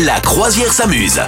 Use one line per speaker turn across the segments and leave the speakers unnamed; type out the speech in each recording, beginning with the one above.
La croisière s'amuse.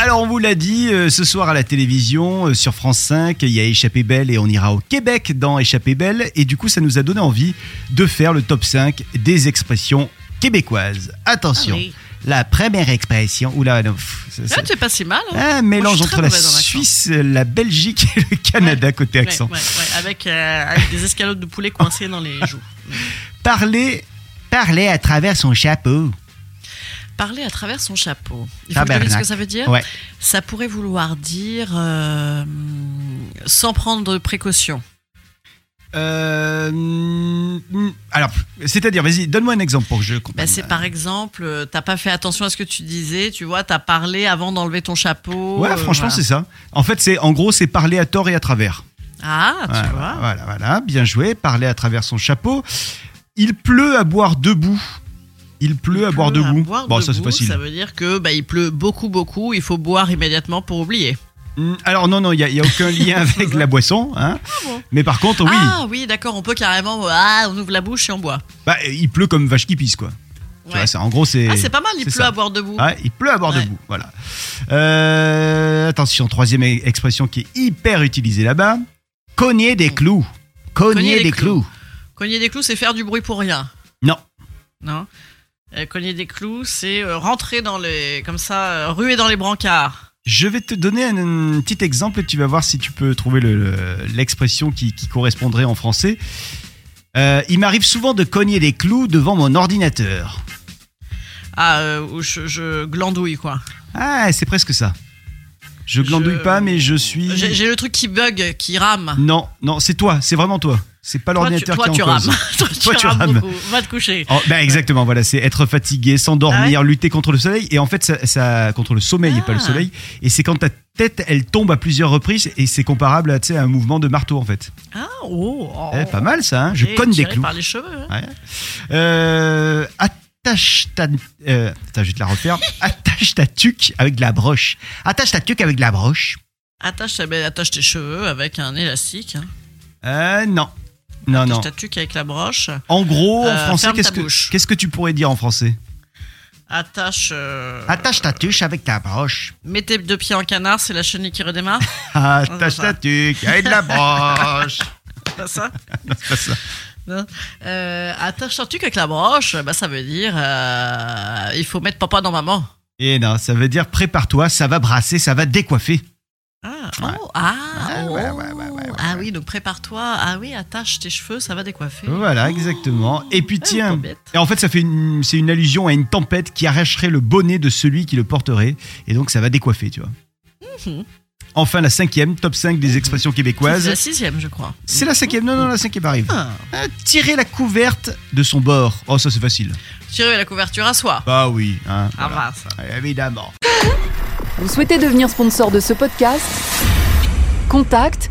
Alors on vous l'a dit, euh, ce soir à la télévision, euh, sur France 5, il y a Échappée Belle et on ira au Québec dans Échappée Belle. Et du coup, ça nous a donné envie de faire le top 5 des expressions québécoises. Attention,
Ah oui.
la première expression, oula, non, pff, ça, ça-
Là, tu es pas si mal. hein.
Ah, un mélange
Moi, je suis
entre
très
la
mauvaise en accent.
Suisse, la Belgique et le Canada côté
Ouais,
accent.
ouais, ouais, avec, euh, avec des escalotes de poulet coincées dans les joues.
Parler, parler à travers son chapeau.
Parler à travers son chapeau. Il faut que je
Tabernacle.
devine ce que ça veut dire
Ah, Ouais.
Ça pourrait vouloir dire euh, sans prendre de précaution.
Euh, mm, alors, c'est-à-dire, vas-y, donne-moi un exemple pour que je comprenne.
hmm, Bah, c'est par exemple, euh, t'as pas fait attention à ce que tu disais, tu vois, t'as parlé avant d'enlever ton chapeau.
Ouais,
euh,
franchement,
voilà.
c'est ça. En fait, c'est en gros, c'est parler à tort et à travers.
Ah, tu
Voilà,
vois.
voilà, voilà, bien joué. Parler à travers son chapeau. Il pleut à boire debout. Il pleut à boire
pleut
debout. bon, ça c'est
debout,
facile.
Ça veut dire que bah, il pleut beaucoup, beaucoup. Il faut boire immédiatement pour oublier.
Hum, Alors non, non, il n'y a, il y a aucun lien avec la boisson. hein.
Ah bon.
Mais par contre, oui,
Ah oui, d'accord. On peut carrément, ah, on ouvre la bouche et on boit.
bah, il pleut comme vache qui pisse, quoi. Tu
Ouais.
vois, c'est- en gros, c'est.
Ah, c'est pas mal, il
c'est
pleut
ça.
à boire debout.
Ouais, il pleut à boire
Ouais.
debout, voilà. Euh, attention, troisième e- expression qui est hyper utilisée là-bas. Cogner des clous. Cogner, des,
des
clous.
clous. Cogner des clous, c'est faire du bruit pour rien,
Non,
non Euh, Cogner des clous, c'est euh, rentrer dans les. comme ça, euh, ruer dans les brancards.
je vais te donner un, un petit exemple et tu vas voir si tu peux trouver le- le- l'expression qui, qui correspondrait en français. Euh, il m'arrive souvent de cogner des clous devant mon ordinateur.
Ah, euh, où je, je glandouille, quoi.
Ah, c'est presque ça. Je
Je-
glandouille pas, mais je suis.
J'ai j'ai le truc qui bug, qui rame.
Non, non, c'est toi, c'est vraiment toi. C'est pas
Toi, tu,
l'ordinateur
toi,
qui est
tu
en cause.
rames. toi,
Toi, tu
rames.
rames.
beaucoup. Va te coucher.
Oh, ben exactement, voilà, c'est être fatigué, s'endormir, lutter contre le soleil. Et en fait, ça, ça- contre le sommeil et pas le
Ah.
soleil. Et c'est quand ta tête, elle tombe à plusieurs reprises et c'est comparable à, tu sais, à un mouvement de marteau en fait.
Ah, oh, oh.
Eh, pas mal ça, hein je
Et
conne des
tiré
clous.
par les cheveux. hein.
Ouais. Euh, attache ta. euh, attends, je vais te la refaire. attache ta tuque avec de la broche. Attache ta tuque avec de la broche.
Attache, ta- ben, attache tes cheveux avec un élastique. hein.
Euh, non. Non, non.
Attache ta tuque avec la broche.
En gros, en
Euh,
français,
ferme
qu'est-ce
ta
que,
bouche.
qu'est-ce que tu pourrais dire en français
Attache. euh,
Attache ta tuque avec ta broche.
Mets tes deux pieds en canard, c'est la chenille qui redémarre.
Attache ta tuque avec de la broche.
c'est pas ça
Non, c'est pas ça.
Non. Euh, attache ton truc avec la broche, bah, ça veut dire euh, il faut mettre papa dans maman.
Et non, ça veut dire prépare-toi, ça va brasser, ça va décoiffer.
Ah,
Ouais.
oh, ah,
Ouais,
oh.
ouais, ouais, ouais, ouais, ouais.
ah oui, donc prépare-toi. Ah oui, attache tes cheveux, ça va décoiffer.
Voilà, exactement. Et puis
Mm. Ah,
Oh, tiens,
pas bête.
et en fait, ça fait une, c'est une allusion à une tempête qui arracherait le bonnet de celui qui le porterait, et donc ça va décoiffer, tu vois.
Mhm.
Enfin, la cinquième, top 5 des expressions
C'est la
québécoises.
sixième, je crois.
C'est la cinquième, non, non, la cinquième arrive.
Ah.
Ah, tirer la couverte de son bord. Oh, ça c'est facile.
Tirer la couverture à soi.
Bah oui, hein,
Ah,
voilà.
mince.
évidemment.
Vous souhaitez devenir sponsor de ce podcast Contact